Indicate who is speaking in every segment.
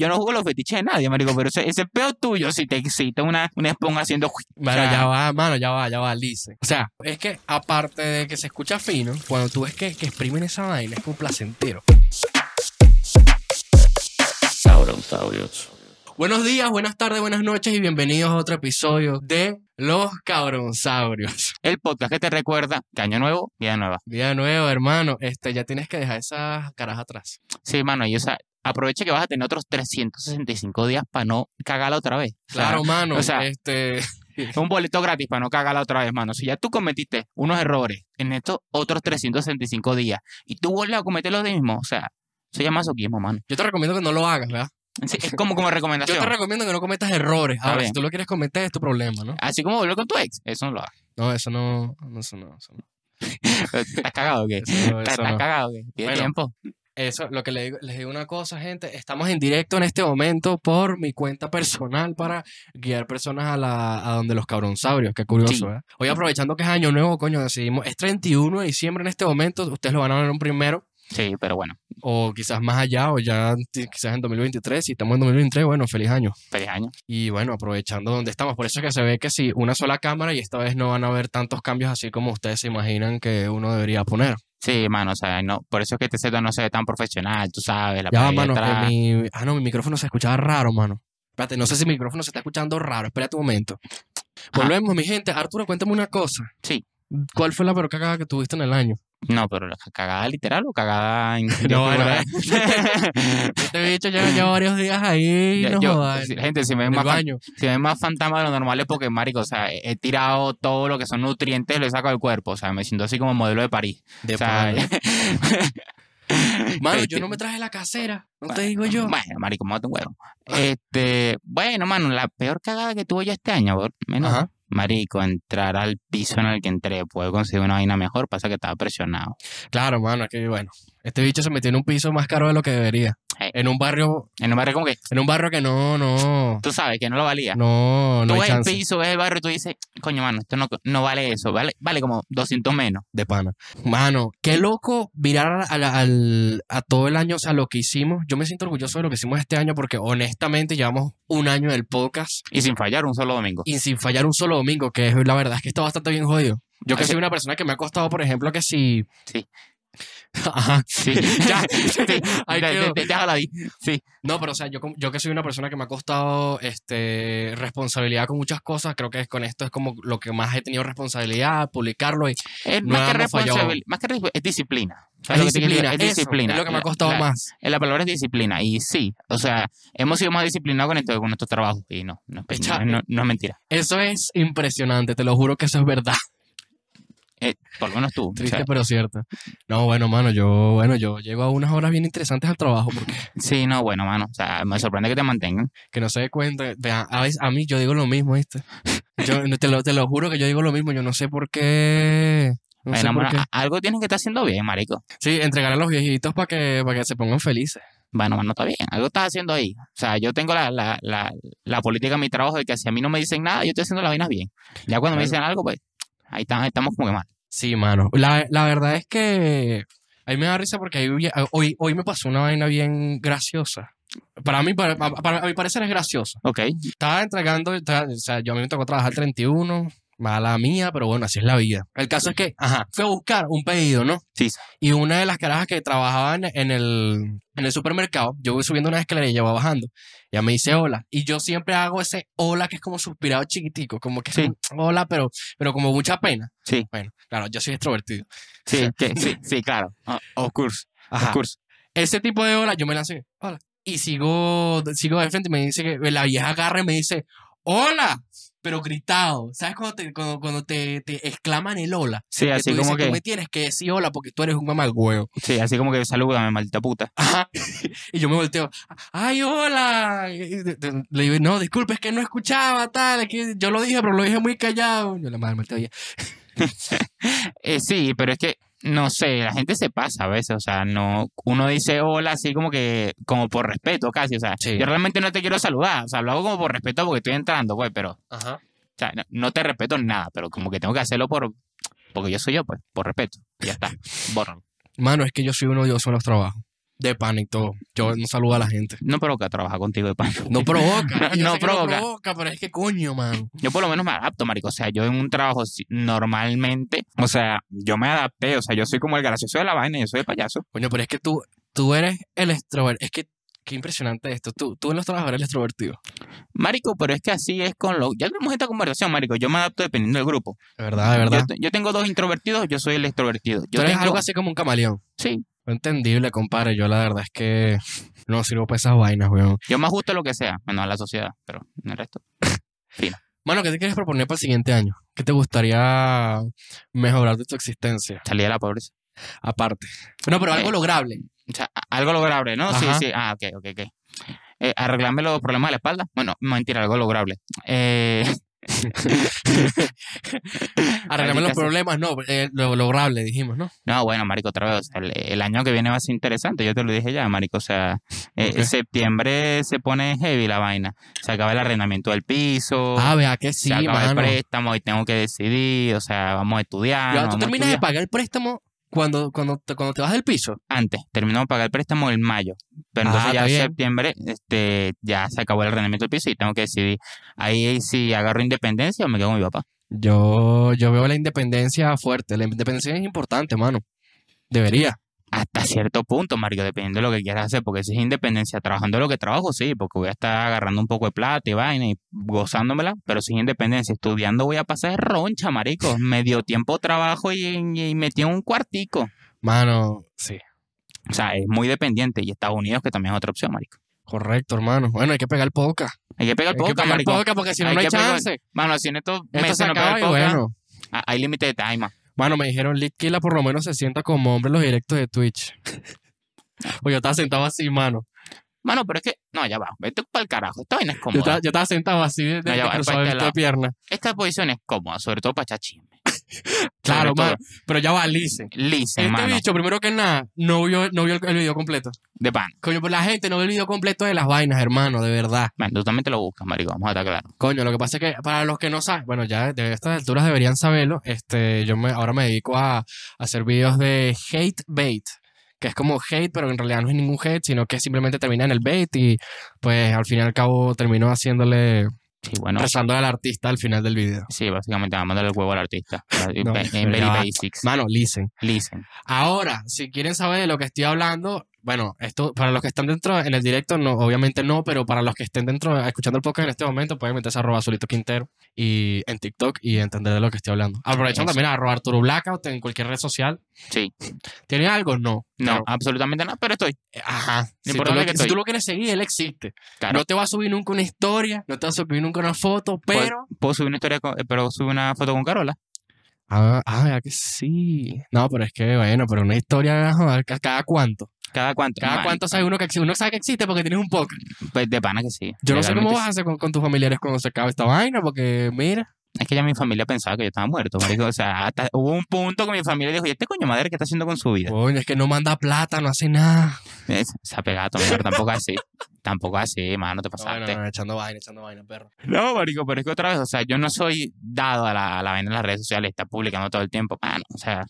Speaker 1: Yo no juego los fetiches de nadie, marico, pero ese, ese peo tuyo si te excita una, una esponja haciendo...
Speaker 2: Mano,
Speaker 1: o sea,
Speaker 2: ya va, mano, ya va, ya va, lice. O sea, es que aparte de que se escucha fino, cuando tú ves que, que exprimen esa vaina es como placentero. Buenos días, buenas tardes, buenas noches y bienvenidos a otro episodio de Los Cabronsaurios.
Speaker 1: El podcast que te recuerda que año nuevo, vida nueva.
Speaker 2: Día nuevo, hermano. Este, ya tienes que dejar esas caras atrás.
Speaker 1: Sí, mano, y o sea, aprovecha que vas a tener otros 365 días para no cagarla otra vez. O sea,
Speaker 2: Claro, mano.
Speaker 1: o sea,
Speaker 2: este,
Speaker 1: Es un boleto gratis para no cagarla otra vez, mano. Si ya tú cometiste unos errores en estos otros 365 días y tú vuelves a cometer los mismos, o sea, eso ya es masoquismo, mano.
Speaker 2: yo te recomiendo que no lo hagas, ¿verdad?
Speaker 1: Sí, es como, como
Speaker 2: Yo
Speaker 1: recomendación.
Speaker 2: te recomiendo que no cometas errores.
Speaker 1: Está
Speaker 2: Ahora,
Speaker 1: bien.
Speaker 2: si tú lo quieres cometer, es tu problema, ¿no?
Speaker 1: Así como volver con tu ex, eso no lo hagas.
Speaker 2: No, eso no, no, eso no, eso no.
Speaker 1: ¿Estás cagado o qué?
Speaker 2: Eso no,
Speaker 1: ¿Estás
Speaker 2: eso no.
Speaker 1: estás cagado o qué? ¿Tiene
Speaker 2: Bueno,
Speaker 1: tiempo?
Speaker 2: Eso, lo que le digo- les digo una cosa, gente, estamos en directo en este momento por mi cuenta personal para guiar personas a, la, a donde los cabronsaurios, qué curioso,
Speaker 1: Sí.
Speaker 2: ¿eh? Hoy aprovechando que es año nuevo, coño, decidimos, es 31 de diciembre en este momento, ustedes lo van a ver un primero,
Speaker 1: Sí, pero bueno,
Speaker 2: o quizás más allá, o ya ti- quizás en 2023, si estamos en 2023, bueno, feliz año.
Speaker 1: feliz año.
Speaker 2: Y bueno, aprovechando donde estamos, por eso es que se ve que sí, una sola cámara y esta vez no van a haber tantos cambios así como ustedes se imaginan que uno debería poner.
Speaker 1: Sí, mano, o sea, no, por eso es que este seto no se ve tan profesional, tú sabes, la
Speaker 2: Ya, va,
Speaker 1: pared
Speaker 2: mano, que
Speaker 1: atrás.
Speaker 2: mi... Ah, no, mi micrófono se escuchaba raro, mano. Espérate, no sé si mi micrófono se está escuchando raro. Espérate un momento. Volvemos, mi gente. Arturo, cuéntame una cosa.
Speaker 1: Sí.
Speaker 2: ¿Cuál fue la peor cagada que tuviste en el año?
Speaker 1: No, pero la cagada literal o cagada en...
Speaker 2: No, bueno,
Speaker 1: figurada?
Speaker 2: Este bicho lleva ya varios días ahí,
Speaker 1: Ya,
Speaker 2: no
Speaker 1: yo-
Speaker 2: jodas,
Speaker 1: sí, gente, si me ven
Speaker 2: en
Speaker 1: más,
Speaker 2: el
Speaker 1: fan-
Speaker 2: baño.
Speaker 1: si me ven más fantasma de lo normal es porque, marico, o sea, he he tirado todo lo que son nutrientes, lo he sacado del cuerpo, o sea, me siento así como modelo de París.
Speaker 2: De
Speaker 1: o sea,
Speaker 2: pana. Mano,
Speaker 1: que-
Speaker 2: yo no me traje la casera. No te digo Pues yo.
Speaker 1: Este bueno, marico, mate un huevo. Este, bueno, mano, la peor cagada que tuve yo este año, bro, menos,
Speaker 2: Ajá.
Speaker 1: marico, entrar al piso en el que entré, puedo conseguir una vaina mejor, pasa que estaba presionado.
Speaker 2: Claro, mano, es que bueno. Este bicho se metió en un piso más caro de lo que debería.
Speaker 1: Hey.
Speaker 2: En un barrio,
Speaker 1: En un barrio como que,
Speaker 2: en un barrio que no, no.
Speaker 1: tú sabes que no lo valía.
Speaker 2: No, no
Speaker 1: tú
Speaker 2: hay
Speaker 1: ves el
Speaker 2: chance.
Speaker 1: piso, ves el barrio y tú dices, coño, mano, esto no, no vale eso, vale, vale como 200 menos.
Speaker 2: De pana. Mano, qué loco mirar a, la- al- a todo el año, o sea, lo que hicimos. Yo me siento orgulloso de lo que hicimos este año porque honestamente llevamos un año del podcast
Speaker 1: Y sin fallar un solo domingo.
Speaker 2: y sin fallar un solo domingo, que es, la verdad es que está bastante bien jodido. Yo que
Speaker 1: Así-
Speaker 2: soy una persona que me ha costado, por ejemplo, que si...
Speaker 1: Sí.
Speaker 2: Ajá.
Speaker 1: Sí.
Speaker 2: Ya.
Speaker 1: Sí.
Speaker 2: Ahí
Speaker 1: Ya, ya,
Speaker 2: quedó.
Speaker 1: déjala ahí. Sí.
Speaker 2: No, pero o sea, yo, como- yo que soy una persona que me ha costado este, responsabilidad con muchas cosas, creo que con esto es como lo que más he tenido responsabilidad, publicarlo y
Speaker 1: Es
Speaker 2: No
Speaker 1: más, que
Speaker 2: hemos fallado.
Speaker 1: responsabilidad, más que respo- es disciplina.
Speaker 2: es
Speaker 1: ¿Sabes lo que te quiero
Speaker 2: disciplina.
Speaker 1: decir?
Speaker 2: eso,
Speaker 1: Es disciplina.
Speaker 2: es lo que me ha
Speaker 1: La-
Speaker 2: costado
Speaker 1: la-
Speaker 2: más.
Speaker 1: eh, La palabra es disciplina. Y sí, o sea, hemos sido más disciplinados con, esto, con nuestros trabajos. Y no, no, es-
Speaker 2: Echa-
Speaker 1: no, no es mentira.
Speaker 2: Eso es impresionante, te lo juro que eso es verdad.
Speaker 1: Eh, Por lo menos tú. o sea,
Speaker 2: Triste, pero cierto. No, bueno, mano, yo, bueno, yo llego a unas horas bien interesantes al trabajo porque
Speaker 1: sí, no, bueno, mano. O sea, me sorprende que te mantengan.
Speaker 2: que no se dé cuenta. Vea, A, veces, a mí yo digo lo mismo, ¿viste? Yo no, te, lo, te lo juro que yo digo lo mismo, yo no sé por qué. No sé
Speaker 1: Bueno,
Speaker 2: por
Speaker 1: mano,
Speaker 2: qué.
Speaker 1: a- algo tienes que estar haciendo bien, marico.
Speaker 2: Sí, entregar a los viejitos para que, para que se pongan felices.
Speaker 1: Bueno, mano, está bien. Algo estás haciendo ahí. O sea, yo tengo la, la, la, la política en mi trabajo de que si a mí no me dicen nada, yo estoy haciendo las vainas bien. Ya cuando me
Speaker 2: Claro.
Speaker 1: dicen algo, pues ahí estamos, estamos como que mal.
Speaker 2: Sí, mano. La, la verdad es que a mí me da risa porque ahí- hoy, hoy me pasó una vaina bien graciosa. Para mí, para, para- a mi parecer es graciosa.
Speaker 1: Ok.
Speaker 2: Estaba entregando, tra- o sea, yo a mí me tocó trabajar 31, mala mía, pero bueno, así es la vida. El caso es que, ajá, fui a buscar un pedido, ¿no?
Speaker 1: Sí.
Speaker 2: Y una de las carajas que trabajaban en el, en el supermercado, yo voy subiendo una escalera y ella va bajando. Ya me dice hola. Y yo siempre hago ese hola que es como suspirado chiquitico, como que es
Speaker 1: Sí.
Speaker 2: un hola, pero, pero como mucha pena.
Speaker 1: Sí.
Speaker 2: Bueno, claro, yo soy extrovertido.
Speaker 1: Sí, que- sí, sí, claro. O- Of course, of
Speaker 2: Ajá.
Speaker 1: course.
Speaker 2: Ese tipo de hola, yo me lanzo y, hola. Y sigo, sigo de frente y me dice que la vieja agarra y me dice, hola, pero gritado. ¿Sabes cuando te, cuando, cuando te, te exclaman el hola?
Speaker 1: Sí,
Speaker 2: Que
Speaker 1: así
Speaker 2: tú dices,
Speaker 1: como
Speaker 2: tú
Speaker 1: que,
Speaker 2: me tienes que decir hola porque tú eres un mamagüeo.
Speaker 1: sí, así como que salúdame, maldita puta.
Speaker 2: Ajá. Y yo me volteo, ay, hola. Y de- de- Le digo, no, disculpe, es que no escuchaba, tal. es que yo lo dije, pero lo dije muy callado. Yo la madre, me oye.
Speaker 1: Eh, sí, pero es que, no sé, la gente se pasa a veces, o sea, no, uno dice hola así como que, como por respeto casi, o sea,
Speaker 2: Sí.
Speaker 1: yo realmente no te quiero saludar, o sea, lo hago como por respeto porque estoy entrando, pues, pero, o
Speaker 2: Ajá.
Speaker 1: sea, no, no te respeto en nada, pero como que tengo que hacerlo por, porque yo soy yo, pues, por respeto, y ya está, bórralo.
Speaker 2: Mano, es que yo soy un odioso en los trabajos. de pan y todo. Yo no saludo a la gente.
Speaker 1: No provoca trabajar contigo de pan.
Speaker 2: No provoca. y yo
Speaker 1: No
Speaker 2: sé que
Speaker 1: provoca.
Speaker 2: No provoca, pero es que coño, man.
Speaker 1: Yo por lo menos me adapto, marico. O sea, yo en un trabajo si- normalmente, o sea, yo me adapté. O sea, yo soy como el gracioso de la vaina, yo soy el payaso.
Speaker 2: Coño, pero es que tú, tú eres el extrovertido. Es que qué impresionante esto. Tú, tú en los trabajadores eres el extrovertido.
Speaker 1: Marico, pero es que así es con lo... Ya tenemos esta conversación, marico. Yo me adapto dependiendo del grupo.
Speaker 2: De verdad, de
Speaker 1: Yo, te- yo tengo dos introvertidos, yo soy el extrovertido.
Speaker 2: Yo
Speaker 1: Yo tengo...
Speaker 2: algo así como un camaleón.
Speaker 1: Sí,
Speaker 2: Entendible, compadre. Yo la verdad es que no sirvo para esas vainas, weón.
Speaker 1: yo me ajusto a lo que sea. Bueno, a la sociedad, pero en el resto.
Speaker 2: Mano, ¿qué te quieres proponer para el siguiente año? ¿Qué te gustaría mejorar de tu existencia?
Speaker 1: Salí de la pobreza.
Speaker 2: Aparte. No, pero algo
Speaker 1: Ok.
Speaker 2: lograble.
Speaker 1: O sea, a- algo lograble, ¿no?
Speaker 2: Ajá.
Speaker 1: Sí, sí. Ah, ok, ok, ok. Eh, arreglarme los problemas de la espalda. Bueno, mentira, algo lograble. Eh,
Speaker 2: Arreglarme los
Speaker 1: Marica, sí.
Speaker 2: problemas, no. eh, lo lograble, dijimos, ¿no?
Speaker 1: No, bueno, marico, otra vez, o sea, el, el año que viene va a ser interesante, yo te lo dije ya, marico, o sea, eh,
Speaker 2: Ok.
Speaker 1: septiembre se pone heavy la vaina, se acaba el arrendamiento del piso,
Speaker 2: Ah, vea que
Speaker 1: Oh, se
Speaker 2: sí,
Speaker 1: acaba el
Speaker 2: mano.
Speaker 1: préstamo y tengo que decidir, o sea, vamos a estudiar,
Speaker 2: Ya,
Speaker 1: no
Speaker 2: tú
Speaker 1: vamos a
Speaker 2: terminas de
Speaker 1: estudiar.
Speaker 2: pagar el préstamo cuando, cuando, te, cuando te vas del piso.
Speaker 1: antes, terminamos de pagar el préstamo en mayo, pero
Speaker 2: Ah,
Speaker 1: entonces ya
Speaker 2: está
Speaker 1: en
Speaker 2: bien.
Speaker 1: septiembre, este, ya se acabó el arrendamiento del piso y tengo que decidir, ahí si agarro independencia o me quedo con mi papá.
Speaker 2: Yo, yo veo la independencia fuerte. La independencia es importante, mano. Debería.
Speaker 1: Hasta cierto punto, Mario, dependiendo de lo que quieras hacer, porque si es independencia, trabajando lo que trabajo, sí, porque voy a estar agarrando un poco de plata y vaina y gozándomela, pero sin independencia, estudiando voy a pasar roncha, marico. Medio tiempo trabajo y, y metí en un cuartico.
Speaker 2: Mano, sí.
Speaker 1: O sea, es muy dependiente. Y Estados Unidos, que también es otra opción, marico.
Speaker 2: Correcto, hermano. Bueno, hay que pegar el podcast.
Speaker 1: Hay que pegar
Speaker 2: Hay que
Speaker 1: poca,
Speaker 2: pegar el
Speaker 1: marico.
Speaker 2: podcast porque si no,
Speaker 1: Hay
Speaker 2: no hay
Speaker 1: que pegar-
Speaker 2: chance.
Speaker 1: Mano, si en estos
Speaker 2: Esto
Speaker 1: meses
Speaker 2: se
Speaker 1: no pega
Speaker 2: acaba
Speaker 1: el
Speaker 2: y
Speaker 1: podcast,
Speaker 2: bueno.
Speaker 1: ah, hay límite de time. man.
Speaker 2: Bueno, me dijeron, Litkila por lo menos se sienta como hombre en los directos de Twitch. Pues yo estaba sentado así, mano.
Speaker 1: Mano, pero es que, no, ya va, vete para el carajo. Esta vaina es
Speaker 2: Yo
Speaker 1: cómoda.
Speaker 2: estaba, yo estaba sentado así de, de,
Speaker 1: No, ya
Speaker 2: de
Speaker 1: va,
Speaker 2: cruzado
Speaker 1: pa'
Speaker 2: de
Speaker 1: este
Speaker 2: esta
Speaker 1: lado.
Speaker 2: pierna.
Speaker 1: Esta posición es cómoda, sobre todo para echar chisme.
Speaker 2: Claro,
Speaker 1: Sobre todo.
Speaker 2: mano. Pero ya va, Lice.
Speaker 1: Lisa,
Speaker 2: Este
Speaker 1: mano,
Speaker 2: bicho, primero que nada, no vio, no vio el, el video completo.
Speaker 1: de pan.
Speaker 2: Coño, pues la gente no vio el video completo de las vainas, hermano, de verdad.
Speaker 1: Man, tú también te lo buscas, marico, vamos a estar claros.
Speaker 2: Coño, lo que pasa es que para los que no saben, bueno, ya de estas alturas deberían saberlo. Este, yo me, ahora me dedico a, a hacer videos de hate bait, que es como hate, pero en realidad no es ningún hate, sino que simplemente termina en el bait y pues al fin y al cabo termino haciéndole,
Speaker 1: Sí, bueno,
Speaker 2: rezando al artista al final del video.
Speaker 1: sí, básicamente vamos a mandarle el huevo al artista. En
Speaker 2: No,
Speaker 1: ve-
Speaker 2: pero
Speaker 1: en Very
Speaker 2: ya va.
Speaker 1: Basics.
Speaker 2: Mano, listen.
Speaker 1: Listen.
Speaker 2: Ahora, si quieren saber de lo que estoy hablando, bueno, esto para los que están dentro en el directo, no, obviamente no, pero para los que estén dentro escuchando el podcast en este momento, pueden meterse a arroba solito quintero y en TikTok y entender de lo que estoy hablando. Aprovechan
Speaker 1: Eso.
Speaker 2: también a arroba Arturo Blackout en cualquier red social.
Speaker 1: Sí.
Speaker 2: ¿Tiene algo? No.
Speaker 1: No,
Speaker 2: Pero,
Speaker 1: absolutamente nada, pero estoy.
Speaker 2: eh, ajá.
Speaker 1: Lo
Speaker 2: Si tú,
Speaker 1: importante
Speaker 2: lo,
Speaker 1: es que
Speaker 2: si tú
Speaker 1: estoy.
Speaker 2: lo quieres seguir, él existe.
Speaker 1: Claro. Pues
Speaker 2: No te va a subir nunca una historia, no te va a subir nunca una foto,
Speaker 1: Puedo-
Speaker 2: pero.
Speaker 1: Puedo, subir una historia, con- eh, pero subir una foto con Carola.
Speaker 2: Ah, ah, ¿verdad que sí. No, pero es que bueno, pero una historia, joder, ca- cada cuánto.
Speaker 1: ¿Cada cuánto?
Speaker 2: Cada
Speaker 1: Man,
Speaker 2: cuánto sabe uno que existe. Uno sabe que existe porque tienes un podcast.
Speaker 1: Pues de pana que sí.
Speaker 2: Yo no sé cómo
Speaker 1: Legalmente
Speaker 2: vas a hacer con, con tus familiares cuando se acabe esta vaina, porque mira.
Speaker 1: sí. Es que ya mi familia pensaba que yo estaba muerto, marico. O sea, hasta hubo un punto que mi familia dijo, ¿y este coño madre qué está haciendo con su vida?
Speaker 2: Coño, es que no manda plata, no hace nada.
Speaker 1: Es- Se ha pegado, pero tampoco así. Tampoco así, mano, te pasaste.
Speaker 2: Bueno, no, no, echando vaina, echando vaina, perro.
Speaker 1: No, marico, pero es que otra vez, o sea, yo no soy dado a la, a la vaina en las redes sociales, está publicando todo el tiempo, mano, o sea,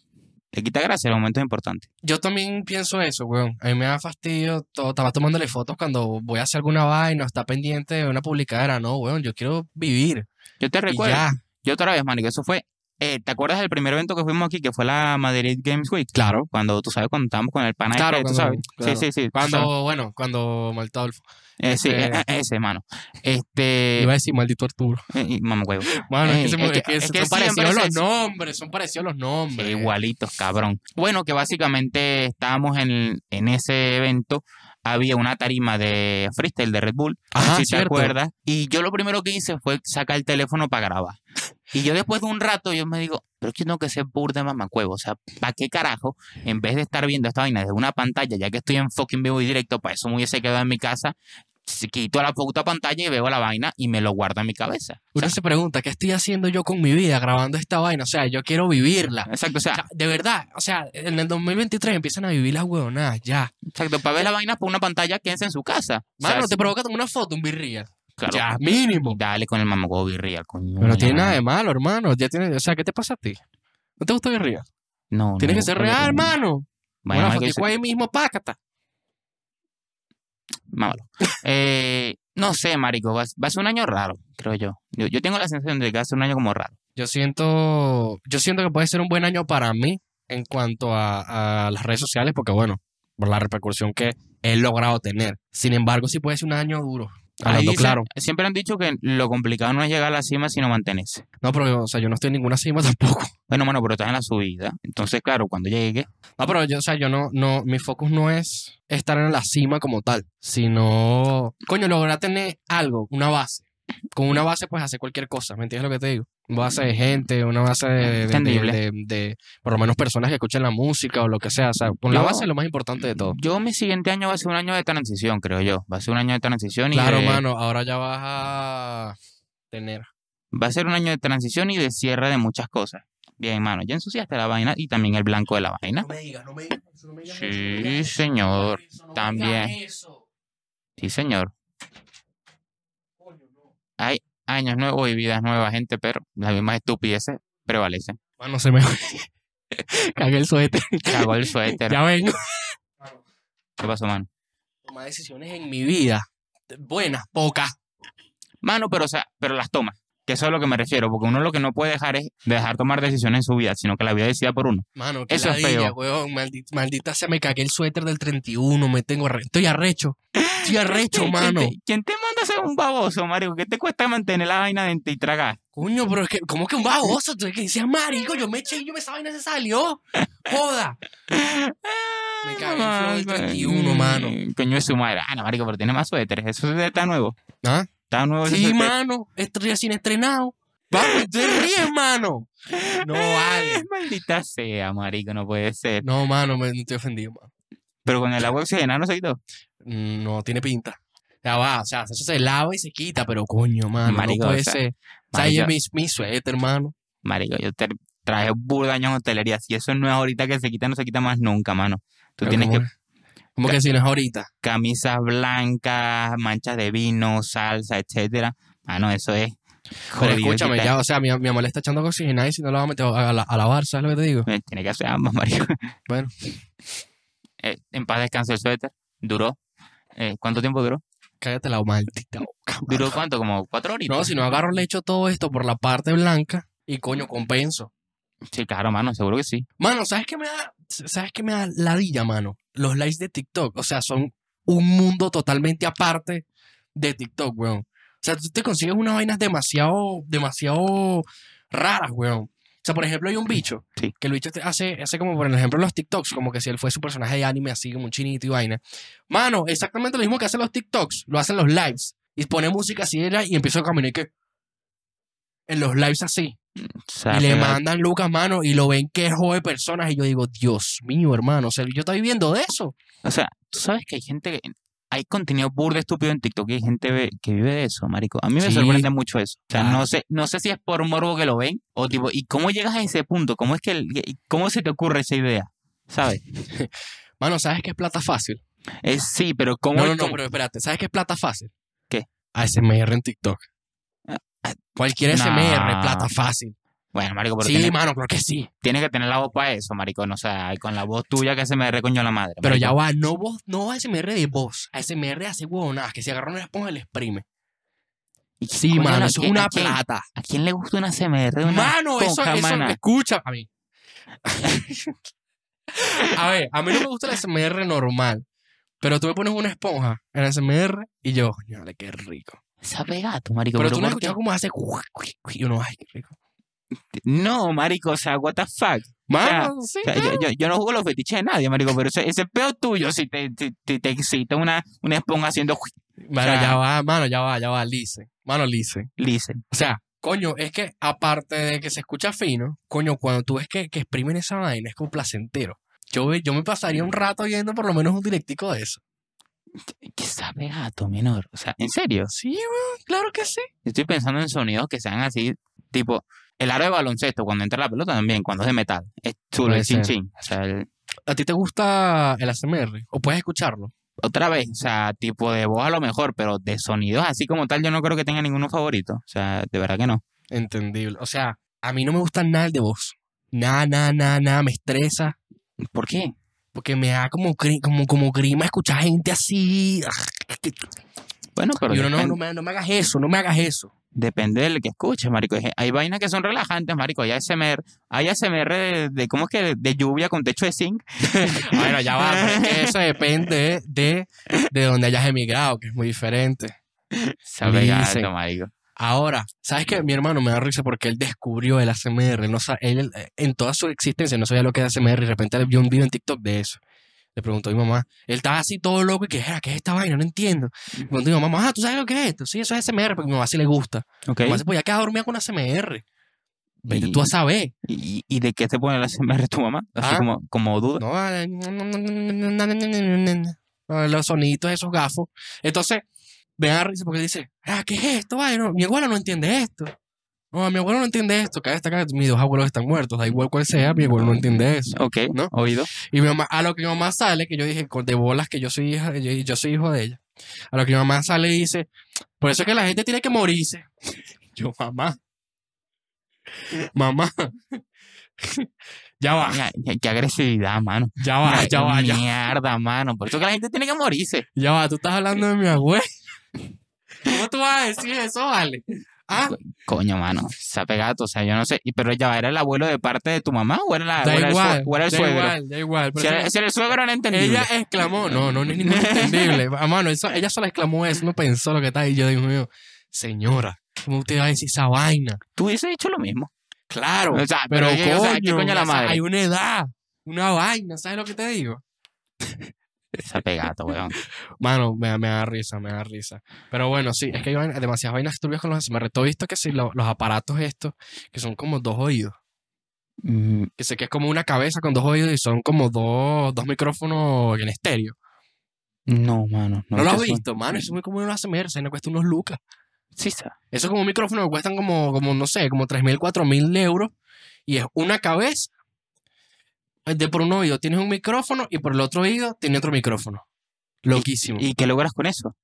Speaker 1: te quita gracia en los momentos importantes.
Speaker 2: Yo también pienso eso, weón. A mí me da fastidio. Todo, estaba tomándole fotos cuando voy a hacer alguna vaina, o está pendiente de una publicadera. No, weón, yo quiero vivir.
Speaker 1: Yo te
Speaker 2: Y
Speaker 1: recuerdo,
Speaker 2: ya.
Speaker 1: yo otra vez, marico, eso fue, eh, ¿te acuerdas del primer evento que fuimos aquí, que fue la Madrid Games Week?
Speaker 2: Claro.
Speaker 1: Cuando, tú sabes, cuando estábamos con el pana
Speaker 2: Claro,
Speaker 1: este, tú
Speaker 2: cuando-
Speaker 1: sabes.
Speaker 2: claro.
Speaker 1: Sí, sí, sí. tú sabes.
Speaker 2: Cuando, bueno, cuando Maltadolfo.
Speaker 1: Eh, sí,
Speaker 2: este-
Speaker 1: eh, eh, ese, mano. Este...
Speaker 2: Iba a decir maldito Arturo.
Speaker 1: eh, y- mamá, huevo.
Speaker 2: Mano,
Speaker 1: Ey,
Speaker 2: es que, se me-
Speaker 1: Eh, es que-
Speaker 2: es que
Speaker 1: es que
Speaker 2: son
Speaker 1: siempre
Speaker 2: parecidos
Speaker 1: se-
Speaker 2: los nombres, son parecidos los nombres.
Speaker 1: Igualitos, cabrón. Bueno, que básicamente estábamos en, en ese evento, había una tarima de freestyle de Red Bull.
Speaker 2: Ajá,
Speaker 1: si Ah, te
Speaker 2: cierto.
Speaker 1: acuerdas. Y yo lo primero que hice fue sacar el teléfono para grabar. Y yo después de un rato, yo me digo, pero es que tengo que ser burda de mamacuevo. O sea, ¿para qué carajo? En vez de estar viendo esta vaina desde una pantalla, ya que estoy en fucking vivo y directo, para eso me hubiese quedado en mi casa, si quito la puta pantalla y veo la vaina y me lo guardo en mi cabeza. O
Speaker 2: Uno
Speaker 1: sea,
Speaker 2: se pregunta, ¿qué estoy haciendo yo con mi vida grabando esta vaina? O sea, yo quiero vivirla.
Speaker 1: exacto, o
Speaker 2: O
Speaker 1: sea,
Speaker 2: sea, de verdad, o sea, en el 2023 empiezan a vivir las huevonadas ya.
Speaker 1: exacto, para ver la vaina por una pantalla, quédense en su casa. O sea,
Speaker 2: Mano,
Speaker 1: sí,
Speaker 2: te provoca tomar una foto, un birria.
Speaker 1: claro.
Speaker 2: Ya, mínimo.
Speaker 1: Dale con el mamacuevo birria, coño.
Speaker 2: Pero no tiene nada de malo, hermano. Ya tiene, o sea, ¿qué te pasa a ti? ¿No te gusta birria?
Speaker 1: No, no
Speaker 2: Tienes
Speaker 1: me
Speaker 2: que ser
Speaker 1: gusta
Speaker 2: real,
Speaker 1: birria.
Speaker 2: hermano.
Speaker 1: Bueno,
Speaker 2: una
Speaker 1: marico, yo
Speaker 2: fotico ahí mismo, pácata.
Speaker 1: mámalo. Eh, no sé, marico, va, va a ser un año raro, creo yo. yo. yo tengo la sensación de que va a ser un año como raro.
Speaker 2: Yo siento, yo siento que puede ser un buen año para mí en cuanto a, a las redes sociales, porque bueno, por la repercusión que he logrado tener. Sin embargo, sí puede ser un año duro.
Speaker 1: Ahí
Speaker 2: Hablando
Speaker 1: dicen-
Speaker 2: claro.
Speaker 1: Siempre han dicho que lo complicado no es llegar a la cima, sino mantenerse.
Speaker 2: No, pero o sea, yo no estoy en ninguna cima tampoco.
Speaker 1: Bueno, mano, pero estás en la subida. Entonces, claro, cuando llegue,
Speaker 2: No, pero yo, o sea, yo no, no, mi focus no es estar en la cima como tal, sino, coño, lograr tener algo, una base. Con una base puedes hacer cualquier cosa, ¿me entiendes lo que te digo? Una base de gente, una base de, de-
Speaker 1: Entendible.
Speaker 2: de- de- de, por lo menos personas que escuchen la música o lo que sea. O sea, con la
Speaker 1: Yo-
Speaker 2: base es lo más importante de todo.
Speaker 1: yo mi siguiente año va a ser un año de transición, creo yo. Va a ser un año de transición y
Speaker 2: Claro,
Speaker 1: de-
Speaker 2: mano, ahora ya vas a tener.
Speaker 1: va a ser un año de transición y de cierre de muchas cosas. Bien, mano, ya ensuciaste la vaina y también el blanco de la vaina.
Speaker 2: me digas, no me digas, no me
Speaker 1: digas eso, no me Sí, digas eso, señor, también. Sí, señor. Hay años nuevos y vidas nuevas, gente, pero las mismas estupideces prevalecen.
Speaker 2: Mano, se me cagué el suéter.
Speaker 1: Cago el suéter.
Speaker 2: Ya vengo.
Speaker 1: ¿Qué pasó, mano?
Speaker 2: tomar decisiones en mi vida. Buenas, pocas.
Speaker 1: Mano, pero, o sea, pero las toma. Que eso es a lo que me refiero, porque uno lo que no puede dejar es dejar tomar decisiones en su vida, sino que la vida decida por uno.
Speaker 2: Mano, qué
Speaker 1: Eso es
Speaker 2: ladilla,
Speaker 1: feo.
Speaker 2: weón. Maldi- Maldita sea, me cagué el suéter del 31. Me tengo arre- Estoy arrecho. Estoy arrecho,
Speaker 1: ¿Quién te-
Speaker 2: mano.
Speaker 1: ¿Quién te manda a ser un baboso, marico? ¿Qué te cuesta mantener la vaina dentro y tragar?
Speaker 2: Coño, pero es que, ¿cómo que un baboso? Tú que decías, marico, yo me eché y yo me esa vaina se salió. Joda. Me cagué el flow del 31, mano.
Speaker 1: Coño de su madre. Ah, no, marico, pero tiene más suéteres. Eso está nuevo.
Speaker 2: ¿Ah?
Speaker 1: Está nuevo ese
Speaker 2: Sí,
Speaker 1: suéter.
Speaker 2: mano. Estoy sin estrenado. Papi, te ríes, mano. No vale.
Speaker 1: Maldita sea, marico, no puede ser.
Speaker 2: No, mano, me, estoy ofendido, mano.
Speaker 1: Pero con el agua oxigenada no se quitó.
Speaker 2: Mm, No, tiene pinta. Ya va, o sea, eso se lava y se quita, pero coño, mano,
Speaker 1: Marico,
Speaker 2: no
Speaker 1: o
Speaker 2: puede
Speaker 1: sea,
Speaker 2: ser. O sea,
Speaker 1: Marico,
Speaker 2: yo mi, mi suéter, mano.
Speaker 1: marico, yo te traje burda años en hostelería. Si eso no es ahorita que se quita, no se quita más nunca, mano. Tú
Speaker 2: Pero
Speaker 1: tienes
Speaker 2: ¿cómo
Speaker 1: que
Speaker 2: es? ¿Cómo que si no es ahorita?
Speaker 1: camisas blancas, manchas de vino, salsa, etcétera. Mano, eso es.
Speaker 2: Pero
Speaker 1: jodido
Speaker 2: escúchame,
Speaker 1: quitar.
Speaker 2: ya, o sea, mi, mi mamá le está echando oxigenada y si no la va a meter a, a la- a lavar, ¿sabes lo que te digo?
Speaker 1: Eh, Tiene que hacer ambas, marico.
Speaker 2: Bueno.
Speaker 1: Eh, en paz descanse el suéter. Duró. Eh, ¿Cuánto tiempo duró?
Speaker 2: Cállate la maldita boca. mano.
Speaker 1: ¿Duró cuánto? Como cuatro horitas.
Speaker 2: No, si no agarro, le echo todo esto por la parte blanca y coño, compenso.
Speaker 1: Sí, claro, mano, seguro que sí.
Speaker 2: Mano, ¿sabes qué me da? ¿Sabes qué me da ladilla, mano? Los likes de TikTok, o sea, son un mundo totalmente aparte de TikTok, weón. O sea, tú te consigues unas vainas demasiado, demasiado raras, weón. O sea, por ejemplo, hay un bicho
Speaker 1: Sí.
Speaker 2: que el bicho te- hace, hace como, por ejemplo, los TikToks, como que si él fuese un personaje de anime así, como un chinito y vaina. Mano, exactamente lo mismo que hacen los TikToks, lo hacen los lives. Y pone música así era y empieza a caminar y que... En los lives así.
Speaker 1: O sea,
Speaker 2: Y le
Speaker 1: pero-
Speaker 2: mandan Lucas, mano, y lo ven que jode personas. Y yo digo, Dios mío, hermano. O sea, yo estoy viviendo de eso.
Speaker 1: o sea, tú sabes que hay gente que. Hay contenido burda estúpido en TikTok y hay gente ve- que vive de eso, marico. A mí me
Speaker 2: Sí.
Speaker 1: sorprende mucho eso. O sea,
Speaker 2: Claro.
Speaker 1: no sé, no sé si es por morbo que lo ven o tipo, ¿y cómo llegas a ese punto? ¿Cómo es que, el- y cómo se te ocurre esa idea? ¿Sabes?
Speaker 2: Mano, ¿sabes qué es plata fácil?
Speaker 1: Eh, sí, pero ¿cómo?
Speaker 2: No,
Speaker 1: es
Speaker 2: no, no,
Speaker 1: como-
Speaker 2: pero espérate. ¿Sabes qué es plata fácil?
Speaker 1: ¿Qué? Ah,
Speaker 2: ASMR en TikTok. Cualquier ASMR,
Speaker 1: Nah.
Speaker 2: plata fácil.
Speaker 1: Bueno, marico, pero
Speaker 2: sí,
Speaker 1: tienes,
Speaker 2: mano, creo que sí.
Speaker 1: tienes que tener la voz para eso, maricón. O sea, con la voz tuya que se me recoñó la madre.
Speaker 2: Pero
Speaker 1: marico.
Speaker 2: ya va, no voz, no ASMR de voz. ASMR hace huevonadas, que si agarra una esponja le exprime.
Speaker 1: ¿Y qué
Speaker 2: Sí,
Speaker 1: coño
Speaker 2: mano,
Speaker 1: la-
Speaker 2: eso es
Speaker 1: quién- a
Speaker 2: una
Speaker 1: quién-
Speaker 2: plata.
Speaker 1: ¿A quién le gusta una CMR? Una
Speaker 2: Mano, eso,
Speaker 1: esponja,
Speaker 2: eso,
Speaker 1: mana?
Speaker 2: escucha a mí. a ver, a mí no me gusta la SMR normal, pero tú me pones una esponja en la SMR y yo, ñale, qué rico.
Speaker 1: Sabe gato, marico.
Speaker 2: Pero,
Speaker 1: Pero
Speaker 2: tú no
Speaker 1: ¿por qué?
Speaker 2: escuchas cómo hace cuic, cuic, cuic, y uno, ay, qué rico.
Speaker 1: No, marico, o sea, what the fuck.
Speaker 2: Mano, sí.
Speaker 1: O sea, yo, yo- yo no juego los fetiches de nadie, marico, pero ese, ese peo tuyo si te, te, te- te excita una, una esponja haciendo juic,
Speaker 2: Mano,
Speaker 1: o sea-
Speaker 2: ya va, mano, ya va, ya va, lice. Mano, lice.
Speaker 1: lice.
Speaker 2: O sea, coño, es que aparte de que se escucha fino, coño, cuando tú ves que, que exprimen esa vaina, es como placentero. Yo, ve- yo me pasaría un rato viendo por lo menos un directico de eso.
Speaker 1: ¿Qué sabe gato, menor? O sea, en serio.
Speaker 2: Sí, weón, claro que sí.
Speaker 1: Yo estoy pensando en sonidos que sean así, tipo el aro de baloncesto cuando entra la pelota también, cuando es de metal. Es chulo,
Speaker 2: Puede
Speaker 1: el chin
Speaker 2: ser.
Speaker 1: chin. O sea, el-
Speaker 2: ¿A ti te gusta el ASMR? ¿O puedes escucharlo?
Speaker 1: otra vez, o sea, tipo de voz a lo mejor, pero de sonidos así como tal, yo no creo que tenga ninguno favorito. O sea, de verdad que no.
Speaker 2: Entendible. O sea, a mí no me gusta nada el de voz. Nada, nada, nada, nada. Me estresa.
Speaker 1: ¿Por qué?
Speaker 2: Porque me da como, cri- como, como grima escuchar gente así.
Speaker 1: Bueno, pero
Speaker 2: y uno, no,
Speaker 1: depende,
Speaker 2: no me, no me hagas eso, no me hagas eso.
Speaker 1: depende del que escuches, marico. Hay gen- Hay vainas que son relajantes, marico. Hay ASMR, hay ASMR de, de- ¿cómo es que? De lluvia con techo de zinc.
Speaker 2: Bueno, ya va, pero es que eso depende de, de donde hayas emigrado, que es muy diferente.
Speaker 1: Sabe
Speaker 2: Dicen.
Speaker 1: gato, marico.
Speaker 2: Ahora, ¿sabes qué? Mi hermano me da risa porque él descubrió el ASMR. Él, no sa- él, eh, en toda su existencia no sabía lo que era ASMR y de repente vio un video en TikTok de eso. Le preguntó a mi mamá. Él estaba así todo loco y que era, ¿qué es esta vaina? No entiendo. Le preguntó a mi mamá, ah, ¿tú sabes lo que es esto? Sí, eso es ASMR porque a mi mamá sí le gusta.
Speaker 1: Ok.
Speaker 2: Mi mamá se podía quedar dormida con ASMR. Vete
Speaker 1: Y-
Speaker 2: tú a saber.
Speaker 1: ¿Y, y de qué te pone la ASMR tu mamá? Así
Speaker 2: Ah.
Speaker 1: como, como duda.
Speaker 2: No, eh, los soniditos de esos gafos. Entonces, me da risa porque dice, ah, ¿qué es esto? Ay, no, mi abuelo no entiende esto. No, mi abuelo no entiende esto. Cada vez está acá, mis dos abuelos están muertos. Da igual cuál sea, mi abuelo no entiende eso.
Speaker 1: Ok,
Speaker 2: No.
Speaker 1: oído.
Speaker 2: Y mi mamá, a lo que mi mamá sale, que yo dije, con- de bolas que yo soy hija, yo, yo soy hijo de ella. A lo que mi mamá sale y dice, por eso es que la gente tiene que morirse. Yo, mamá. Mamá. ya va,
Speaker 1: Mira, qué, qué agresividad, mano.
Speaker 2: ya va,
Speaker 1: Mira,
Speaker 2: ya va, ya va.
Speaker 1: Mierda, mano. Por eso que la gente tiene que morirse.
Speaker 2: Ya va, tú estás hablando de mi abuelo. ¿Cómo tú vas a decir eso, vale? Ah,
Speaker 1: Coño, mano. Se ha pegado, o sea, yo no sé. Y, pero ya, ¿era el abuelo de parte de tu mamá o era, la, o
Speaker 2: da
Speaker 1: era el sue-
Speaker 2: igual.
Speaker 1: o era el
Speaker 2: da
Speaker 1: suegro?
Speaker 2: igual, da igual. pero
Speaker 1: Si era,
Speaker 2: eso-
Speaker 1: si era el suegro, no entendí.
Speaker 2: ella exclamó, no, no, no es ningún entendible. Ah, Mano, eso- ella solo exclamó eso, no pensó lo que está ahí. Yo digo, mío, señora, ¿cómo usted va a decir esa vaina?
Speaker 1: Tú hubieses dicho lo mismo.
Speaker 2: Claro,
Speaker 1: O sea,
Speaker 2: pero
Speaker 1: pero,
Speaker 2: coño,
Speaker 1: coño, o sea, ¿qué coño la
Speaker 2: o sea,
Speaker 1: madre?
Speaker 2: hay una edad, una vaina, ¿sabes lo que te digo?
Speaker 1: Se ha pegado, weón.
Speaker 2: Mano, me, da- me da risa, me da risa. Pero bueno, sí, es que hay vainas- demasiadas vainas turbias con los ASMR. Todo visto que sí, lo- los aparatos estos, que son como dos oídos.
Speaker 1: Mm,
Speaker 2: que sé que es como una cabeza con dos oídos y son como dos, dos micrófonos en estéreo.
Speaker 1: No, mano.
Speaker 2: No, lo has visto, mano. Eso es muy común en los ASMR, se me cuesta unos lucas.
Speaker 1: Sí, sa-
Speaker 2: Eso es como un micrófono que cuestan como, como no sé, como 3.000, 4.000 euros. Y es una cabeza. Pues De por un oído tienes un micrófono y por el otro oído tiene otro micrófono. Loquísimo.
Speaker 1: ¿Y qué logras con eso?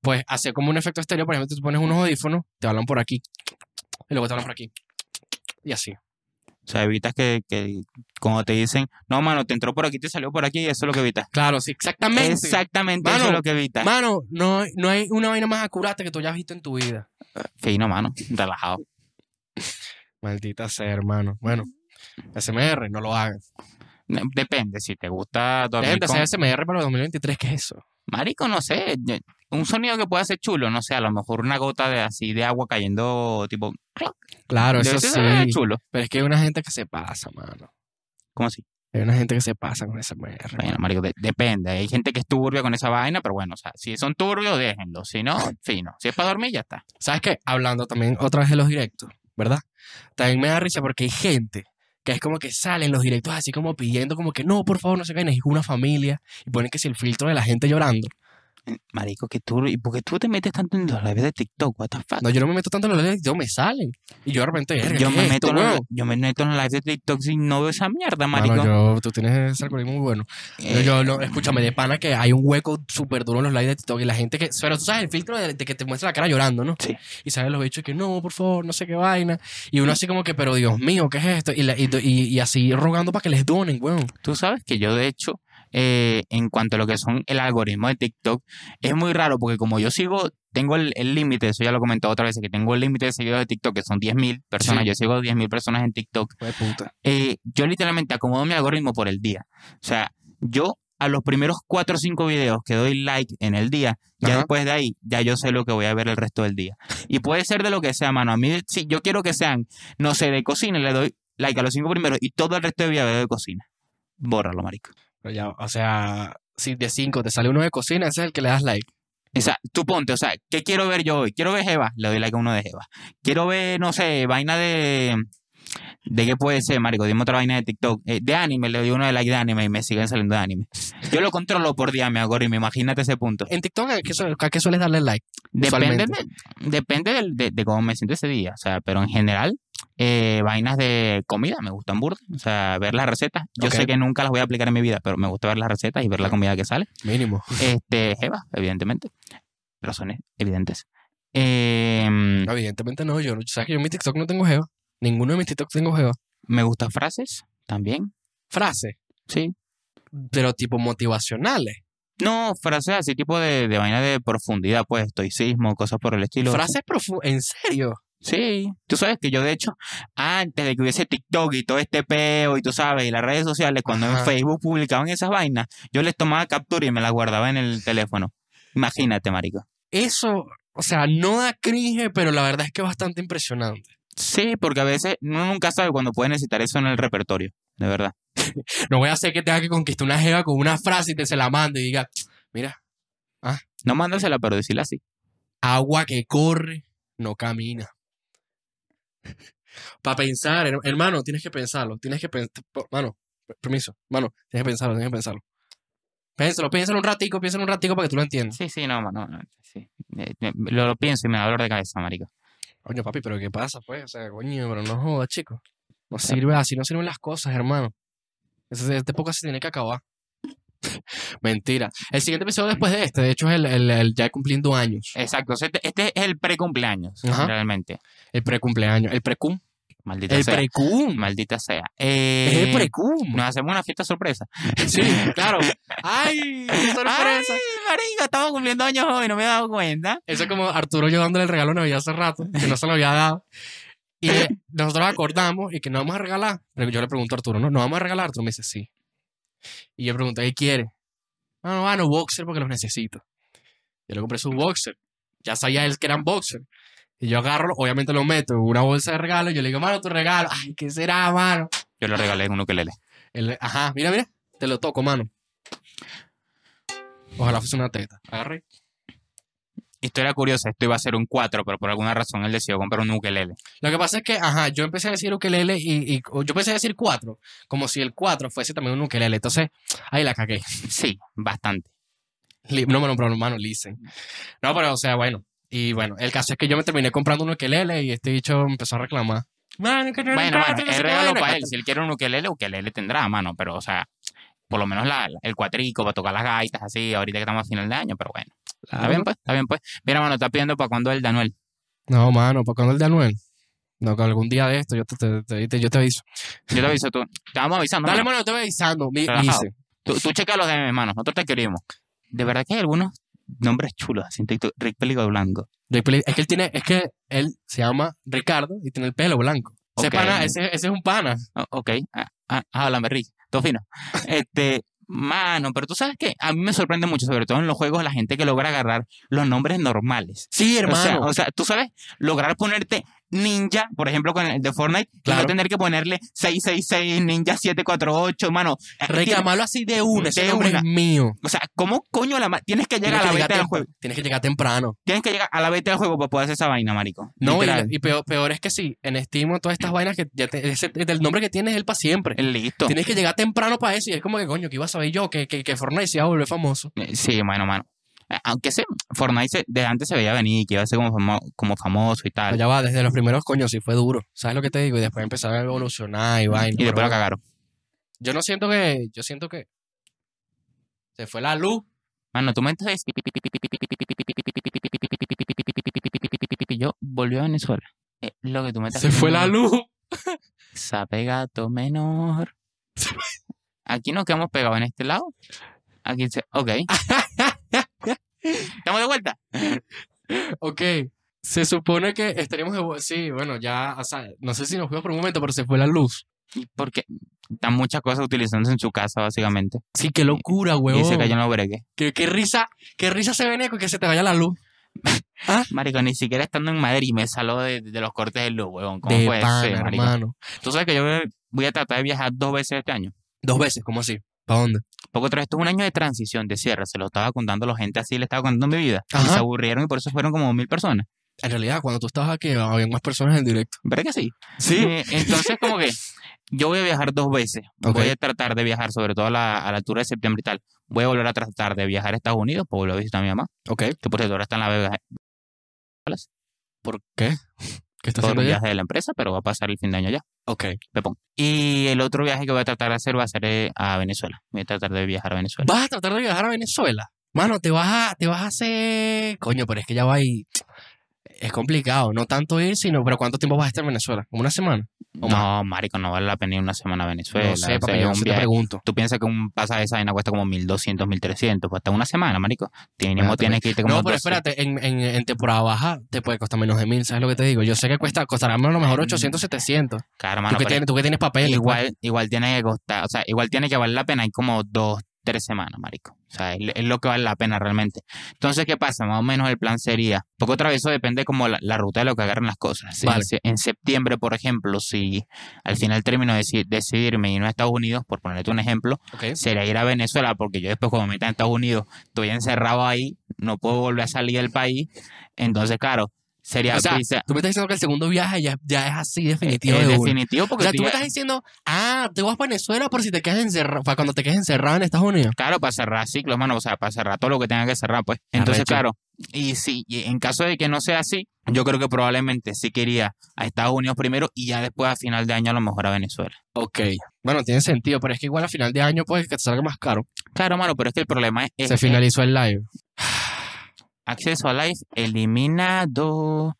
Speaker 2: pues hace como un efecto estéreo, por ejemplo, tú pones unos audífonos, te hablan por aquí y luego te hablan por aquí. Y así.
Speaker 1: O sea, evitas que, que cuando te dicen, no, mano, te entró por aquí, te salió por aquí, y eso es lo que evitas.
Speaker 2: Claro, sí, exactamente.
Speaker 1: Exactamente
Speaker 2: Mano,
Speaker 1: eso es lo que evitas.
Speaker 2: Mano, no, hay- no hay una vaina más acurata que tú hayas visto en tu vida.
Speaker 1: Fino, mano. Relajado.
Speaker 2: Maldita sea, hermano. Bueno, SMR, no lo hagan.
Speaker 1: No, Depende, si te gusta dormir
Speaker 2: Dejen de
Speaker 1: con...
Speaker 2: hacer SMR para el 2023, ¿qué es eso?
Speaker 1: Marico, no sé. yo- Un sonido que pueda ser chulo, no sé, a lo mejor una gota de así de agua cayendo, tipo, clac,
Speaker 2: Claro,
Speaker 1: debe
Speaker 2: eso
Speaker 1: ser, eh,
Speaker 2: sí.
Speaker 1: chulo.
Speaker 2: Pero es que hay una gente que se pasa, mano.
Speaker 1: ¿Cómo así?
Speaker 2: Hay una gente que se pasa con SMR.
Speaker 1: Bueno, marico, de- depende. Hay gente que es turbia con esa vaina, pero bueno, o sea, si son turbios, déjenlo. Si no, fino. Si es para dormir, ya está.
Speaker 2: ¿Sabes qué? Hablando también otra vez de los directos, ¿verdad? También me da risa porque hay gente que es como que salen los directos así como pidiendo como que no, por favor, no se caigan, es una familia. Y ponen que si el filtro de la gente llorando.
Speaker 1: Marico, qué turbio. ¿Y por qué tú te metes tanto en los lives de TikTok? What the fuck?
Speaker 2: No, yo no me meto tanto en los directos, me salen. Y yo de repente, "Verga,
Speaker 1: Ah. yo,
Speaker 2: ¿qué
Speaker 1: me
Speaker 2: es
Speaker 1: meto
Speaker 2: esto,
Speaker 1: en los,
Speaker 2: huevón?".
Speaker 1: yo me meto en los lives de TikTok y no veo esa mierda, marico.
Speaker 2: Mano, yo, tú tienes ese algoritmo muy bueno. Yo,
Speaker 1: Eh,
Speaker 2: yo lo- escúchame, de pana que hay un hueco súper duro en los lives de TikTok y la gente que. Pero tú sabes el filtro de, de que te muestra la cara llorando, ¿no?
Speaker 1: Sí.
Speaker 2: Y sabes los bichos que no, por favor, no sé qué vaina. Y uno así como que, pero Dios mío, ¿qué es esto? Y, la- y, y- y así rogando para que les donen, weón.
Speaker 1: Tú sabes que yo, de hecho, eh, en cuanto a lo que son el algoritmo de TikTok, es muy raro porque como yo sigo, tengo el el límite, eso ya lo he comentado otra vez, que tengo el límite de seguidores de TikTok, que son 10.000 personas,
Speaker 2: Sí.
Speaker 1: yo sigo 10.000 personas en TikTok, eh, yo literalmente acomodo mi algoritmo por el día. O sea, yo a los primeros 4 o 5 videos que doy like en el día, ya
Speaker 2: Ajá.
Speaker 1: después de ahí, ya yo sé lo que voy a ver el resto del día. Y puede ser de lo que sea, mano. A mí, si yo quiero que sean, no sé, de cocina, le doy like a los 5 primeros y todo el resto de videos de cocina. Bórralo, marico.
Speaker 2: Pero ya, o sea, si de cinco te sale uno de cocina, ese es el que le das like.
Speaker 1: O sea, tú ponte, o sea, ¿qué quiero ver yo hoy? Quiero ver Jeva, le doy like a uno de Jeva. Quiero ver, no sé, vaina de. ¿De qué puede ser, Marico? Dime otra vaina de TikTok. Eh, de anime, le doy uno de like de anime y me siguen saliendo de anime. Yo lo controlo por día, mi algoritmo, imagínate ese punto.
Speaker 2: En TikTok, ¿a qué, su- a qué sueles darle like?
Speaker 1: Depende,
Speaker 2: Eh, Usualmente.
Speaker 1: de, depende del- de, de cómo me siento ese día, o sea, pero en general, eh, vainas de comida me gustan burda. O sea, ver las recetas. Yo
Speaker 2: Ok.
Speaker 1: sé que nunca las voy a aplicar en mi vida, pero me gusta ver las recetas y ver la comida que sale.
Speaker 2: Mínimo.
Speaker 1: Este, Jeva, evidentemente. Razones evidentes. Em,
Speaker 2: No, Pues, evidentemente no, yo, no- sabes que yo en mi TikTok no tengo geo. Ninguno de mis TikTok tengo geo.
Speaker 1: me gustan frases también.
Speaker 2: Frase.
Speaker 1: Sí.
Speaker 2: pero tipo motivacionales.
Speaker 1: No, frases así, tipo de, de vaina de profundidad, pues, estoicismo, cosas por el estilo.
Speaker 2: Frases profundas, en serio.
Speaker 1: Sí, tú sabes que yo de hecho, antes de que hubiese TikTok y todo este peo y tú sabes, y las redes sociales, cuando
Speaker 2: Ajá.
Speaker 1: en Facebook publicaban esas vainas, yo les tomaba captura y me las guardaba en el teléfono. Imagínate, marico.
Speaker 2: Eso, o sea, no da cringe, pero la verdad es que es bastante impresionante.
Speaker 1: Sí, porque a veces uno nunca sabe cuándo puede necesitar eso en el repertorio, de verdad.
Speaker 2: No voy a hacer que tenga que conquistar una jeva con una frase y te se la mando y diga, mira,
Speaker 1: No mándasela, pero decirla así.
Speaker 2: agua que corre, no camina. Para pensar, her- hermano, tienes que pensarlo, tienes que pensar, mano, per- permiso, mano, tienes que pensarlo, tienes que pensarlo. Piénsalo, piénsalo un ratico, piénsalo un ratico para que tú lo entiendas.
Speaker 1: Sí, sí, no, no, no sí. Eh, me- Lo, lo pienso y me da dolor de cabeza, marico.
Speaker 2: Coño, papi, pero ¿qué pasa, pues? O sea, coño, pero no jodas, chico. No sirve, así no sirven las cosas, hermano. Este, este podcast se tiene que acabar. Mentira. El siguiente episodio después de este, de hecho, es el, el- el ya cumpliendo años.
Speaker 1: Exacto, o sea, este, este es el pre-cumpleaños,
Speaker 2: Ajá.
Speaker 1: realmente.
Speaker 2: El precumpleaños. El precum.
Speaker 1: Maldita
Speaker 2: El
Speaker 1: sea.
Speaker 2: precum.
Speaker 1: Maldita sea.
Speaker 2: Es el
Speaker 1: Eh,
Speaker 2: precum.
Speaker 1: nos hacemos una fiesta sorpresa.
Speaker 2: Sí, claro. ¡Ay! qué ¡Sorpresa!
Speaker 1: Ay, marico, estamos cumpliendo años hoy, no me he dado cuenta.
Speaker 2: Eso es como Arturo yo dándole el regalo de Navidad hace rato, que no se lo había dado. Y eh, nosotros acordamos y que no vamos a regalar. Pero yo le pregunto a Arturo, ¿no? ¿No vamos a regalar? Arturo me dice sí. Y yo pregunto, ¿qué quiere? No, no, bueno, boxer porque los necesito. Yo le compré su boxer. Ya sabía él que eran boxer. Y yo agarro, obviamente lo meto en una bolsa de regalo. Y yo le digo, mano, tu regalo. Ay, ¿qué será, mano?
Speaker 1: Yo le regalé uno que lele.
Speaker 2: Él, ajá, mira, mira. Te lo toco, mano. Ojalá fuese una teta. Agarré.
Speaker 1: Historia curiosa, esto iba a ser un 4, pero por alguna razón él decidió comprar un ukelele.
Speaker 2: Lo que pasa es que, ajá, yo empecé a decir ukelele y, y- o yo empecé a decir cuatro, como si el cuatro fuese también un ukelele. Entonces, ahí la cagué.
Speaker 1: Sí, bastante.
Speaker 2: Li- No, no, pero hermano, listen. No, pero, o sea, bueno. Y bueno, el caso es que yo me terminé comprando un ukelele y este bicho empezó a reclamar. Mano, que no
Speaker 1: Bueno,
Speaker 2: entraste,
Speaker 1: bueno,
Speaker 2: que
Speaker 1: es
Speaker 2: se
Speaker 1: regalo
Speaker 2: puede".
Speaker 1: para él. Si él quiere un ukelele, ukelele tendrá, mano. Pero, o sea, por lo menos la- la- el cuatrico para tocar las gaitas, así, ahorita que estamos a final de año, pero bueno. Está
Speaker 2: Claro.
Speaker 1: bien, pues, está bien, pues. Mira, mano, está pidiendo para cuando el Danuel.
Speaker 2: No, mano, ¿para cuándo el de Anuel? No, que algún día de esto yo te, te- te- te- yo te aviso.
Speaker 1: Yo te aviso tú. Te vamos avisando.
Speaker 2: Dale, pues.
Speaker 1: mano.
Speaker 2: mano, yo te voy avisando. Mi-
Speaker 1: Relajado.
Speaker 2: listen.
Speaker 1: Tú, tú checa los de mis manos, nosotros te queremos. De verdad que hay algunos nombres chulos, así en TikTok. Rick Peligro Blanco.
Speaker 2: Rick Peli- Es que él tiene, es que él se llama Ricardo y tiene el pelo blanco. Ese
Speaker 1: Ok.
Speaker 2: pana, ese, ese es un pana.
Speaker 1: O- Ok, ah, ah, háblame, Rick. Todo fino. Este, mano, pero tú sabes que a mí me sorprende mucho, sobre todo en los juegos, la gente que logra agarrar los nombres normales.
Speaker 2: Sí,
Speaker 1: O
Speaker 2: hermano.
Speaker 1: sea, o sea, tú sabes, lograr ponerte ninja, por ejemplo, con el de Fortnite, y
Speaker 2: Claro.
Speaker 1: no tener que ponerle 666, ninja 748, mano. Eh, tiene-
Speaker 2: Reclamarlo así de una, ese
Speaker 1: De
Speaker 2: nombre
Speaker 1: una.
Speaker 2: es mío.
Speaker 1: O sea, ¿cómo coño la ma- Tienes que llegar
Speaker 2: Tienes
Speaker 1: a la
Speaker 2: que
Speaker 1: beta del
Speaker 2: tempra-
Speaker 1: juego.
Speaker 2: Tienes que llegar temprano.
Speaker 1: Tienes que llegar a la beta del juego para poder hacer esa vaina, marico.
Speaker 2: No, y,
Speaker 1: Literal.
Speaker 2: y peor, peor es que sí, en Steam o todas estas vainas que ya te- ese- el nombre que tienes es el para siempre.
Speaker 1: Listo.
Speaker 2: Tienes que llegar temprano para eso y es como que coño, que iba a saber yo que, que, que Fortnite se iba a volver famoso.
Speaker 1: Eh, Sí, mano, mano. Eh, Aunque se, Fortnite se- de antes se veía venir, que iba a ser como, famo- como famoso y tal.
Speaker 2: Allá Ah, va, desde los primeros coños sí fue duro. ¿Sabes lo que te digo? Y después empezaron a evolucionar y vaina.
Speaker 1: Y después
Speaker 2: Pero
Speaker 1: la cagaron.
Speaker 2: yo no siento que, yo siento que se fue la luz.
Speaker 1: Mano, tú me dices, yo volví a Venezuela. Eh, lo que tú me estás diciendo,
Speaker 2: luz.
Speaker 1: Sape gato menor. Aquí nos quedamos pegados en este lado. Aquí se. Ok. ¿Estamos de vuelta?
Speaker 2: Ok. Se supone que estaríamos de vu- Sí, bueno, ya, o sea, no sé si nos fuimos por un momento, pero se fue la luz.
Speaker 1: Y Porque están muchas cosas utilizándose en su casa, básicamente.
Speaker 2: Sí, qué locura,
Speaker 1: Y
Speaker 2: huevón.
Speaker 1: se cayó en los bregues.
Speaker 2: ¿Qué, qué risa, qué risa se ve, con que se te vaya la luz.
Speaker 1: Marico, ni siquiera estando en Madrid me saló de, de los cortes de luz, weón. ¿Cómo
Speaker 2: de
Speaker 1: puede
Speaker 2: pana,
Speaker 1: ser, marico?
Speaker 2: hermano.
Speaker 1: Tú sabes que yo voy a tratar de viajar dos veces este año.
Speaker 2: Dos veces, ¿cómo así? ¿Para dónde?
Speaker 1: Porque otra vez, esto es un año de transición, de cierre. Se lo estaba contando a la gente así, le estaba contando mi vida. Y
Speaker 2: Ajá.
Speaker 1: se aburrieron y por eso fueron como mil personas.
Speaker 2: En realidad, cuando tú estabas aquí, había más personas en directo.
Speaker 1: ¿Verdad que sí? Eh, entonces, como que yo voy a viajar dos veces.
Speaker 2: Ok.
Speaker 1: Voy a tratar de viajar, sobre todo a la, a la altura de septiembre y tal. Voy a volver a tratar de viajar a Estados Unidos, porque volver a visitar a mi mamá,
Speaker 2: Ok.
Speaker 1: que por cierto ahora está en la Vega
Speaker 2: ¿Por qué? ¿Qué estás
Speaker 1: por
Speaker 2: haciendo
Speaker 1: un
Speaker 2: ya?
Speaker 1: viaje de la empresa, pero va a pasar el fin de año ya.
Speaker 2: Ok.
Speaker 1: Pepón. Y el otro viaje que voy a tratar de hacer va a ser eh, a Venezuela. Voy a tratar de viajar a Venezuela.
Speaker 2: ¿Vas a tratar de viajar a Venezuela? Mano, te vas a, te vas a hacer... Coño, pero es que ya va y... es complicado. No tanto ir, sino, pero ¿cuánto tiempo vas a estar en Venezuela? ¿Como una semana? o
Speaker 1: No, marico, no vale la pena ir una semana a Venezuela.
Speaker 2: no sé,
Speaker 1: o
Speaker 2: papi,
Speaker 1: sea,
Speaker 2: yo
Speaker 1: un
Speaker 2: no sé, te
Speaker 1: viaje-
Speaker 2: pregunto.
Speaker 1: Tú piensas que un pasaje de esa vaina cuesta como 1.200, 1.300, pues hasta una semana, marico. Mínimo
Speaker 2: Espérate,
Speaker 1: tienes que irte como
Speaker 2: No, pero
Speaker 1: 12.
Speaker 2: espérate, en, en- en temporada baja te puede costar menos de mil, ¿sabes lo que te digo? Yo sé que cuesta, costará a lo mejor 800, 700.
Speaker 1: Claro,
Speaker 2: tú,
Speaker 1: mano,
Speaker 2: que
Speaker 1: pero
Speaker 2: tienes, tú que tienes papeles.
Speaker 1: igual, igual tiene que costar, o sea, igual tiene que valer la pena, hay como dos, tres semanas, marico. O sea, es, es lo que vale la pena realmente. Entonces, ¿qué pasa? Más o menos el plan sería, porque otra vez eso depende como la, la ruta de lo que agarran las cosas. Si en
Speaker 2: Vale.
Speaker 1: se- En, septiembre, por ejemplo, si al final termino de deci- decidirme irme a Estados Unidos, por ponerte un ejemplo,
Speaker 2: pues. Ok.
Speaker 1: sería ir a Venezuela, porque yo después cuando me meta en Estados Unidos, estoy encerrado ahí, no puedo volver a salir del país. Entonces, claro, sería
Speaker 2: O sea,
Speaker 1: visa-
Speaker 2: Tú me estás diciendo que el segundo viaje ya, ya es así definitivo.
Speaker 1: es
Speaker 2: de una.
Speaker 1: definitivo
Speaker 2: O
Speaker 1: porque
Speaker 2: sea,
Speaker 1: tú
Speaker 2: tú me
Speaker 1: ya-
Speaker 2: estás diciendo, ah, te vas para Venezuela por si te quedas encerrado, para cuando te quedes encerrado en Estados Unidos.
Speaker 1: Claro, para cerrar ciclos, mano, o sea, para cerrar todo lo que tenga que cerrar, pues. Entonces,
Speaker 2: Arrecho.
Speaker 1: claro, y si y en caso de que no sea así, yo creo que probablemente sí quería a Estados Unidos primero y ya después a final de año a lo mejor a Venezuela.
Speaker 2: Ok. Bueno, tiene sentido, pero es que igual a final de año puede que te salga más caro.
Speaker 1: Claro, mano, pero es que el problema es, es-
Speaker 2: Se finalizó el live.
Speaker 1: acceso a live eliminado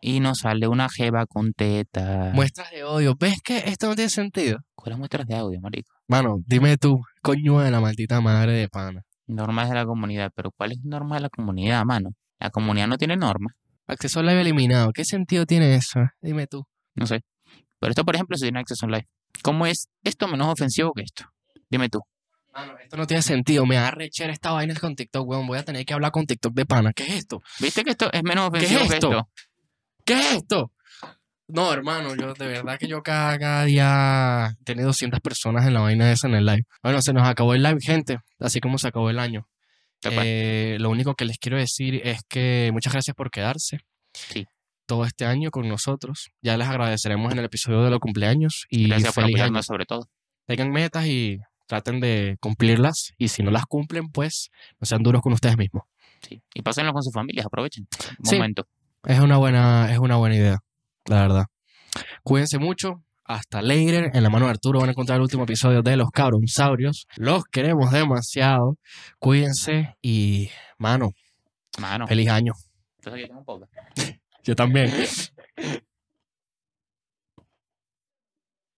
Speaker 1: y nos sale una jeva con teta.
Speaker 2: Muestras de odio. ¿Ves que esto no tiene sentido?
Speaker 1: ¿Cuáles muestras de audio, marico?
Speaker 2: Mano, dime tú, coño de la maldita madre de pana.
Speaker 1: Normas de la comunidad, pero ¿cuál es norma de la comunidad, mano? La comunidad no tiene norma,
Speaker 2: Acceso live eliminado. ¿Qué sentido tiene eso? Dime tú.
Speaker 1: no sé. Pero esto, por ejemplo, si tiene acceso a live. ¿Cómo es esto menos ofensivo que esto? Dime tú.
Speaker 2: Mano, esto no tiene sentido. Me da rechera esta vaina con TikTok, weón. Voy a tener que hablar con TikTok de pana. ¿Qué es esto?
Speaker 1: ¿Viste que esto es menos
Speaker 2: es
Speaker 1: ofensivo que
Speaker 2: esto?
Speaker 1: esto?
Speaker 2: ¿Qué es esto? No, hermano, yo de verdad que yo cada, cada día tiene 200 personas en la vaina esa en el live. Bueno, se nos acabó el live, gente, así como se acabó el año.
Speaker 1: Tal cual.
Speaker 2: Eh, lo único que les quiero decir es que muchas gracias por quedarse
Speaker 1: Sí.
Speaker 2: todo este año con nosotros. Ya les agradeceremos en el episodio de los cumpleaños y
Speaker 1: Gracias por
Speaker 2: Eh, feliz año.
Speaker 1: apoyarnos sobre todo.
Speaker 2: Tengan metas y traten de cumplirlas y si no las cumplen, pues no sean duros con ustedes mismos.
Speaker 1: Sí. Y pásenlo con sus familias, aprovechen.
Speaker 2: Sí.
Speaker 1: Momento.
Speaker 2: Es una buena, es una buena idea, la verdad. Cuídense mucho. Hasta later. En la mano de Arturo van a encontrar el último episodio de Los Cabronsaurios. Los queremos demasiado. Cuídense y, mano,
Speaker 1: Mano,
Speaker 2: feliz año.
Speaker 1: entonces yo tengo un poco.
Speaker 2: Yo también.